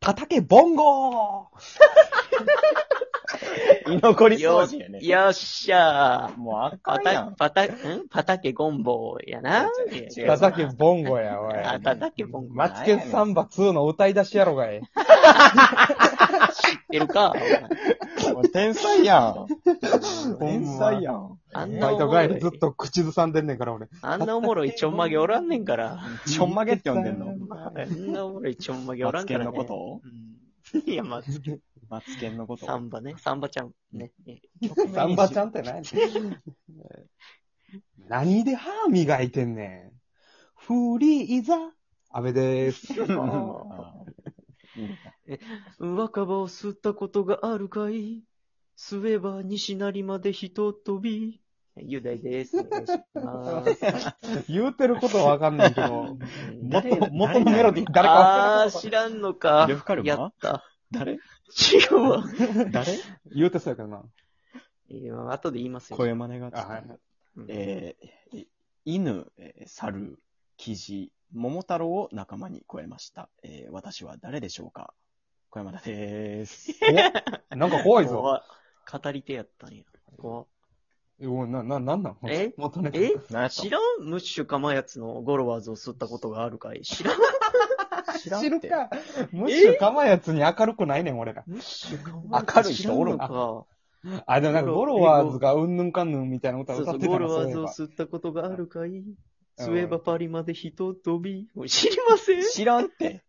畑ボンゴ居残りよ掃除やね。よっしゃー。もうあパかんやタ、ん。パタ、んパタケゴンボやな。違う違うー畑ボンゴや、おい。あ、パタケゴンボ。マツケンサンバ2の歌い出しやろがい。てる か。お前もう天才やん。 天才やん。あんバイなおトもろ帰りいずっ、と口ずさんでんねんから、俺。あんなおもろいちょんまげおらんねんから。ちょんまげって呼んでんのあんなおもろいちょんまげおらマツんケかンらね。のことをうんいや、まあ、マツケンのことサンバね。サンバちゃん。ね。 サンバちゃんって 何 何で歯磨いてんねん。フリーザ。安倍です。若葉を吸ったことがあるかい吸えば西成まで人飛び。雄大 です。お願いし ます。言うてることはわかんないけど。 元、元のメロディー、誰あかあー、知らんのか。呂布カルマやった。誰違うわ。忘れた誰言うてそうやけどな。いや後で言いますよ。声真似がつあくはいうんえーい犬、えー猿、キジ、桃太郎を仲間に超えました。えー私は誰でしょうか小山田でーす。おなんか 怖いぞ。怖い語り手やったんや。怖えおいな、な、なんなんえ元ネタえ何や 知らんムッシュかまやつのゴロワーズを吸ったことがあるかい知らん知らん知っるて。か。むしろかまやつに明るくないねん、俺ら。ムッシュかまやつ明るい人おる知らんのか。あ、でもなんか、ゴロワーズがうんぬんかんぬんみたいな歌そう歌そっう、てたゴな、ロそうワーいえズをば。吸ったことがあるかいうん吸えばパリまで人飛び。もう知りません知らんって。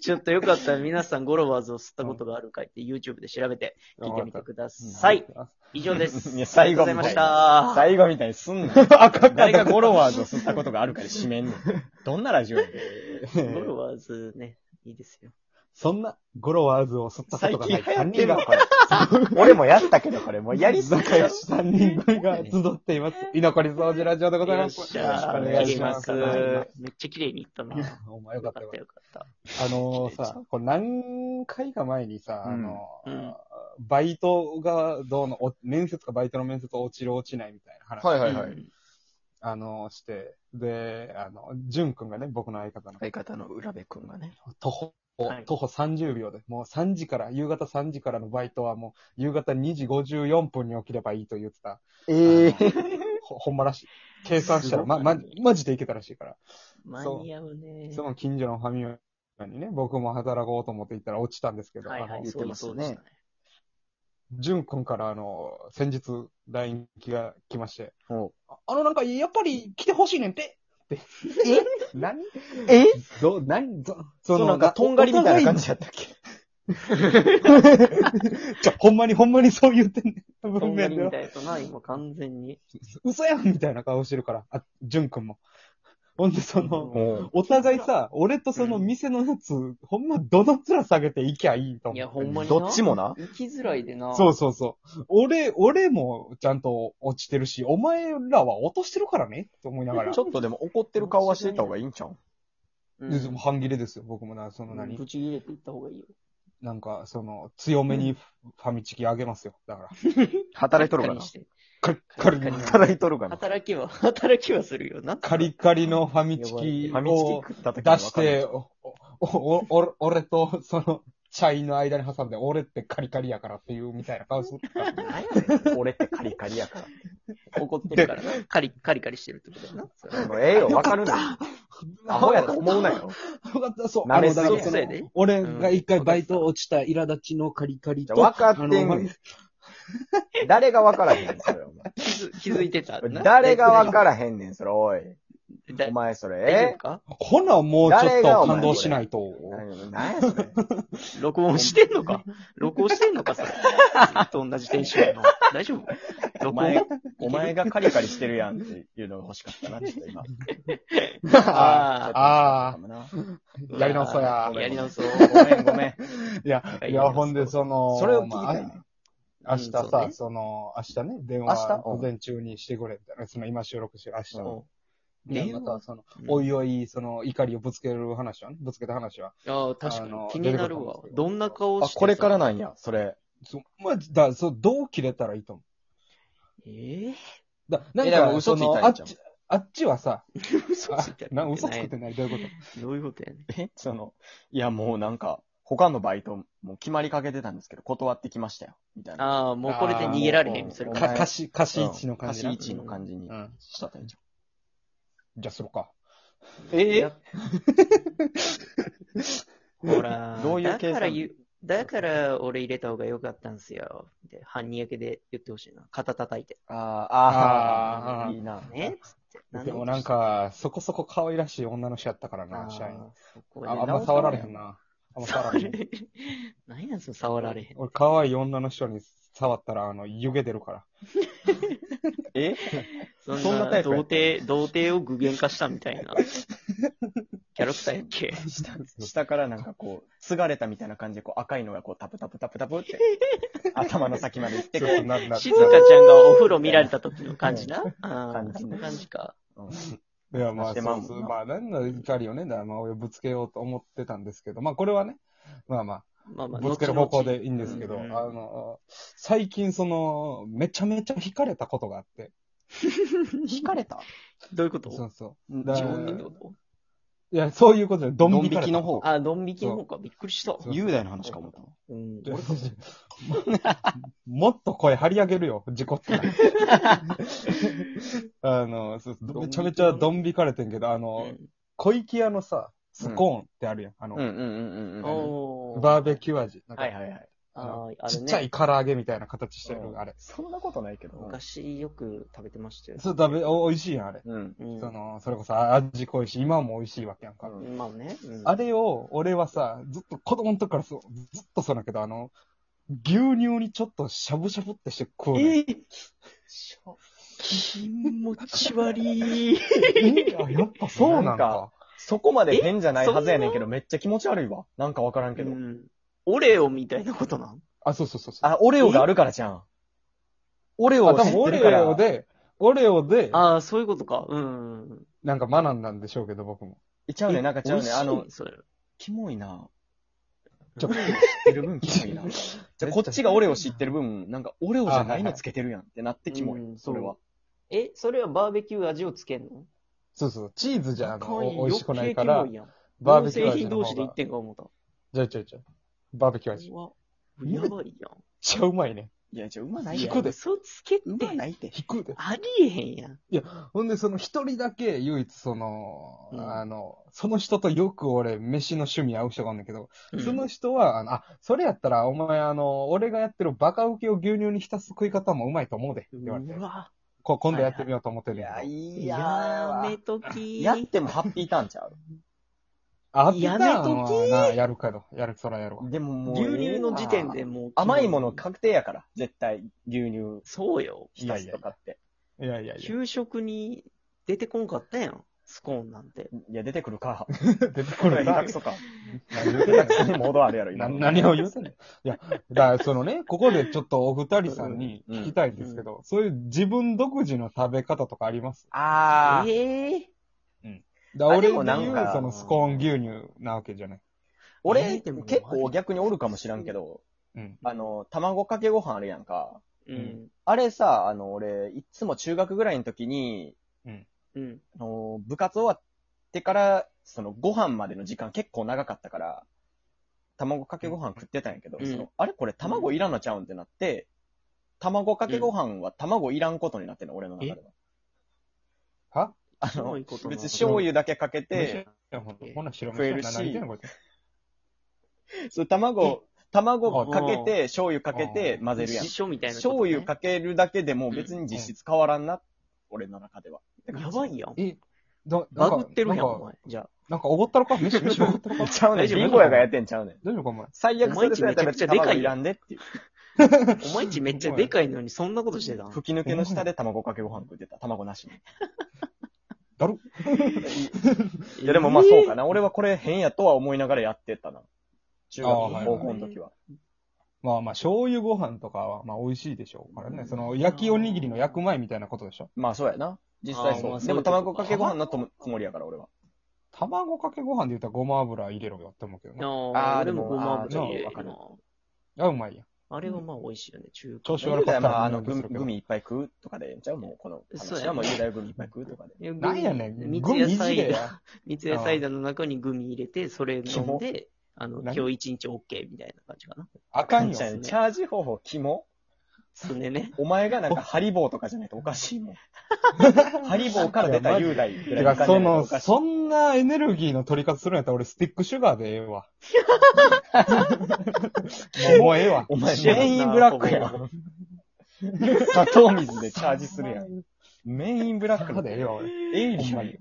ちょっとよかったら皆さんゴロワーズを吸ったことがあるかいって YouTube で調べて聞いてみてください。以上です。いや最後ありがとうごみざいまたしいた。最後みたいにすんな。赤か誰ったがゴロワーズを吸ったことがあるかで締めんねん。どんなラジオやねんゴロワーズね、いいですよ。そんな、ゴロワーズを吸ったことがない。最近3流人が行って、俺もやったけど、これ。もう やりすぎ仲良し3人組が集っています。居残り掃除ラジオでございます。よっしゃよーろしくお願いします。綺麗にめっちゃ綺麗にいったな。よお前よかったかよっかたっよかった。た。あのーさ、これ何回か前にさ、あのーうんバイトがどうの、お面接かバイトの面接落ちる落ちないみたいな話、はいはいうんあのーして、で、あの、淳くんがね、僕の相方の、相方の浦部くんがね。徒歩、はい徒歩30秒で、もう3時から、夕方3時からのバイトはもう、夕方2時54分に起きればいいと言ってた。ええほほんまらしい。計算したら、すごま、いま、マジでいけたらしいから。間に合うね。その近所のファミマにね、僕も働こうと思って行ったら落ちたんですけど、はいはあい、の、そうですそうですね。淳君からあの、先日、LINE が来まして、おああのなんか、やっぱり来てほしいねんてって。え何えど、何ど、そのなんか、とんがりみたいな感じやったっけ じ。ちょ、ほんまにほんまにそう言ってんねん。と文んが面でりみは。たいとな、今完全に。嘘やんみたいな顔してるから、あ、淳君も。ほんで、その、おお互いさ、俺とその店のやつ、ほんまどの面下げていきゃいいとい思や、う。ほんまにな。どっちもな。生きづらいでな。そうそうそう。俺、俺もちゃんと落ちてるし、お前らは落としてるからねって思いながら。ちょっとでも怒ってる顔はしてた方がいいんちゃううん。でも半切れですよ、僕もな、その何、ぶち切れていった方がいいよ。なんか、その、強めにファミチキあげますよ。だから、働いとるかカリなカリしてカリカリカリのカリ、働いとるかな働きは、 働きはするよな。カリカリのファミチキファミチキを食った時に分か出るして、お、お、お、お俺とその、チャイの間に挟んで、俺ってカリカリやからっていうみたいな顔する。何やね俺ってカリカリやから。ん怒ってるからな。カリ、カリカリしてるってことやな。もうええよ、わかるのよ。アホやと思うなよ。よかった、そう。慣れすぎあのやだからそのそうやで俺が一回バイト落ちた苛立ちのカリカリじと。ゃあ分かってんねあのん。誰がわからへんねん、それ。お気づ気づいてたな。前誰がわからへんねん、それ、おい。だお前、そ大丈れ夫、かほな、もうちょっ誰がとお前感動しないと。え何何やそれ。録音してんの か録音してんのかそれ。と同じテンションの。 大丈夫お録前音、お前がカリカリしてるやんっていうのが欲しかったな、ちょっと今。 ああ。やり直そうや。やり直そう。ごめん、ごめん。いや、いや、ほんで、その、それを聞いたいねまああ明日うんそうさね、その、明日ね、電明話日、午前中にしてくれみたいな、その、今収録してる、明お日。で、理由まはた、その、うんおいおい、その、怒りをぶつける話はね、ぶつけた話は。ああ、確かあのに。気になるわ。どんな顔あ、してさこれからなんや、それ。そうまあ、だ、そう、どう切れたらいいと思う。ええだ、なんえでもか、そ嘘ついたんの、やあんっち、あっちはさ、嘘ついてあな嘘つくってないどういうことどういうことやねえ、その、いや、もうなんか、他のバイトも決まりかけてたんですけど、断ってきましたよ。みたいな。ああ、もうこれで逃げられへん、それか。からら。歌詞、歌詞1の感じな。貸し1の感じにうん。した隊長。じゃあ、するか。ええ ほら、どういう計算だから言うだから俺入れた方が良かったんすよ。で、半にやけで言ってほしいな。肩叩いて。あああ、ああ、ーいいな。ねつって。でもなんか、そこそこ可愛らしい女の人やったからな、社員。あーそこでああんま触られへんな。あんま触ら れへん。何やその触られへん。俺、可愛い女の人に触ったら、あの、湯気出るから。えそそんんなタなイプや童った貞、童貞を具現化したみた いな。キャラクターやっけ下下からなんかこう、継がれたみたいな感じで、こう赤いのがこう、タプタプタプタ プって、頭の先まで行って、こそうなな静香ちゃんがお風呂見られた時の感じな。あ感あ、じそんな感じか。ううんいや、まあ、してそうまうもんなそうまあ、何の怒りをね、だからまあ、俺ぶつけようと思ってたんですけど、まあ、これはね、まあままああ、まあ、ぶつける後々方向。でいいんですけど、うんうんあの、最近、その、めちゃめちゃ惹かれたことがあって。惹かれたどういうことそうそだ自から分にってことう。いや、そういうことで、ドン引かドンれ引きたの方こあ、ドン引きの方か。びっくりした。そう雄大の話か思ったわうんと。 もっと声張り上げるよ、事故って。 あの、そうそうめちゃめちゃドン引かれてんけど、あの、小池屋のさ、スコーンってあるやん。あの、うんうんうんうんうん。おバーベキキュー味。なんかはいはいはい。あのあーあれちねっちゃい唐揚げみたいな形してる、あれ。そんなことないけど。昔よく食べてましたよ。そう、食べ、お美味しいやん、あれ。うん。うんその、それこそ味濃いし、今も美味しいわけやんか。うんまあね。うんあれを、俺はさ、ずっと子供の時からそう、ずっとそうだけど、あの、牛乳にちょっとしゃぶしゃぶってして食うねん。えー気持ち悪い。えあやっぱそうなんなんかか。そこまで変じゃないはずやねんけど、めっちゃ気持ち悪いわ。なんかわからんけどう。んオレオみたいなことなんあ、そうそうそうそう。あ、オレオがあるからじゃん。オレオあ、を多知分っオてるレから。オで、オレオで、ああ、そういうことか。うん。なんか学んだんでしょうけど、僕も。いちゃうね、なんかちゃう美味ね。しいあの、それキモいな。ちょ知ってる分キモいな。 じゃあこっちがオレオ知ってる分、なんかオレオじゃないのつけてるやんってなってキモうんい。それは。え、それはバーベキュー味をつけんのそうそう、チーズじゃあのかんお美味しくないから余計キモい、やんバーベキュー製味品の同士方で言っが。てんか思った。じゃあじゃあじゃあバーベキュー味。めっこれはやばいやん。ちゃうまいね。いや、じゃあうまない引やくん。で嘘つけって。うまないって。引くで。ありえへんやん。いや、ほんで、その一人だけ唯一その、うんあの、その人とよく俺、飯の趣味合う人があるんだけど、うんその人は、あの、あ、それやったら、お前、あの、俺がやってるバカウケを牛乳に浸す食い方もうまいと思うで、って言われてう、わ。こ今度やってみようと思ってるんいだけどや、いいややめとき。やってもハッピーターンちゃう。あ、やピめタときンはな、やるけど、やる、そらやるわ。でももう。牛乳の時点で。もう。甘いもの。確定やから、絶対。牛乳、そうよ。浸すとかって。いやいやいや。給食に出てこんかったやん。スコーンなんて。いや、出てくる か。出てこれ下な手く。そ か。何言うてんねん下手くそにモードあるやろ、今なの。何を言うてんねん。いや、だからそのね、ここでちょっとお二人さんに聞きたいんですけど、そういう自分独自の食べ方とかありますあー。ええ。だからあで俺もでな言んうか、そのスコーン牛乳なわけじゃない。え俺、ーでも結構逆におるかもしらんけど、うん。あの、卵かけご飯あるやんか。うん。あれさ、あの、俺、いつも中学ぐらいの時に、うん。あの部活終わってから、その、ご飯までの時間結構長かったから、卵かけご飯食ってたんやけど、うんそのあれこれ卵いらんのちゃうんってなって、卵かけご飯は卵いらんことになってんの、俺の中では。はあどのういうこと、なの別に醤油だけかけて、いやほんとこんなん白飯食えるし何言ってんのこいつそう卵、卵かけあて、醤油かけてあ混ぜるやん一。緒みたいなことね。醤油かけるだけでもう別に実質変わらんな、俺の中では。やばいやん。え、だ、なんバかグってるやん、なんおか前。じゃあ。なんかおごったのか飯、飯おごったのか ちゃうねん。大丈夫リンゴ屋がやってんちゃうねん。大丈夫かお前。最悪それされたら卵いらんでっていう。お前んちめっちゃでかいのにそんなことしてたん 吹き抜けの下で卵かけご飯食ってた。卵なしに。だる いやでもまあそうかな。俺はこれ変やとは思いながらやってたな。中学あーはい高校の時は。まあまあ、醤油ご飯とかは、まあ美味しいでしょうからね。その、焼きおにぎりの焼く前みたいなことでしょまあそうやな。実際あーまそあう。そうでいもうことか卵かけご飯のともつもりやから俺は。卵かけご飯で言ったらごま油入れろよって思うけどな。あああ、ーでもでもごま油入れあーるでな。あ、うまいやん。あれはまあ美味しいよね、中華。調子雄悪か大ったはらあの連絡すグミるけどグミいっぱい食うとかでええんちゃうもうこのそ話うやなはもう雄大はグミいっぱい食うとかで。なんなんやねん。三ツグミ矢いサじイれダーや。、三ツ矢サイダーの中にグミ入れて、それ飲んで、あの、何今日一日 OK みたいな感じかな。あかんよち。ゃうチャージ方法、肝す ねね。お前がなんかハリボーとかじゃないとおかし いもん。ハリボーから出た雄大ぐてらいの感か、じじそゃないとの、おかしいそんなエネルギーの取り方するんやったら俺スティックシュガーでええわ。もうもうええわ。お前、知らんなメインブラックやほん。砂糖水でチャージするやん。メインブラックまのでええわ、俺。エイリアン。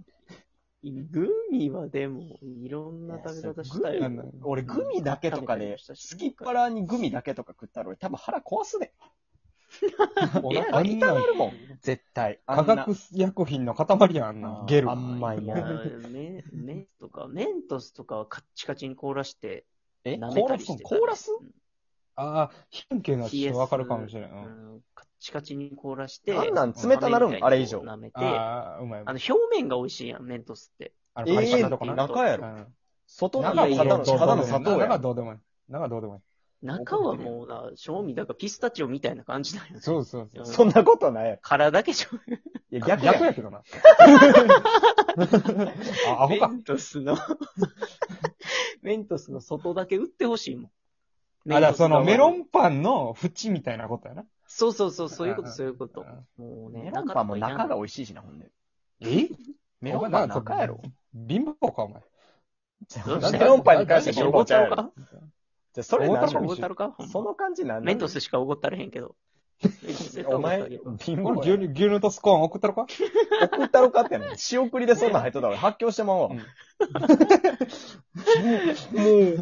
グミはでも、いろんな食べ方したいやそよれグミ。俺、グミだけとかで、スキッパラにグミだけとか食ったら俺多分腹壊すで。お腹痛なるもん。絶対。あ化んな学薬品の塊やんあんなあ。ーゲル。甘いいもやん。 メメントとか、メントスとかはカッチカチに凍らして、え、舐コめーたラりスしてたねコーラスああ、非関係な人わかるかもしれん。ううんんカッチカチに凍らして、あんなん冷たなる飴みんたいにあれ以上。舐めて、あああ、うまい。の、表面が美味しいやん、メントスって。あえの、パリパリえのとこな。中やうろ。ん外の中たはやだいやの、ただの砂糖中やはん。どうでもいい。中はどうでもいい。中はもうな、賞味だからピスタチオみたいな感じだよね。そうそうそう。そんなことないやろ殻だけじいや。逆逆やんやけ どな。あ、ゃアホん。メか。ントスの、メントスの外だけ売ってほしいもん。あ、だからそのメロントンパンの縁みたいなことやな。スの。そうそうそう、そういうこと、うんそういうこと。うもうね、メロンパンも中がい美味しいしな、ほんで。んえメロンパン中やろ。貧乏か、お前。どうしたメロンパンに関してい貧お乏ごちたゃうろやろ。かじゃあそれおごなたろんなかおんごたろかほんまその感じなんなんメントスしかおごったれへん けど。お前、貧乏俺や牛乳、な牛乳とスコーン送ったろか送ったろかってやねん。仕送りでそんなん入っとったら俺発狂してまうわ。うもんう、キ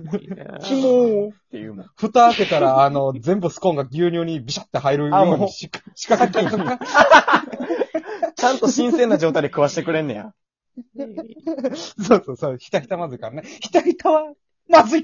モーっていうもん。蓋開けたら、 あの、全部スコーンが牛乳にビシャって入るあようもうに仕掛仕掛けたか。ちゃんと新鮮な状態で食わしてくれんねや。ー。そうそうそう、ひたひたまずいからね。ひたひたは、まずいから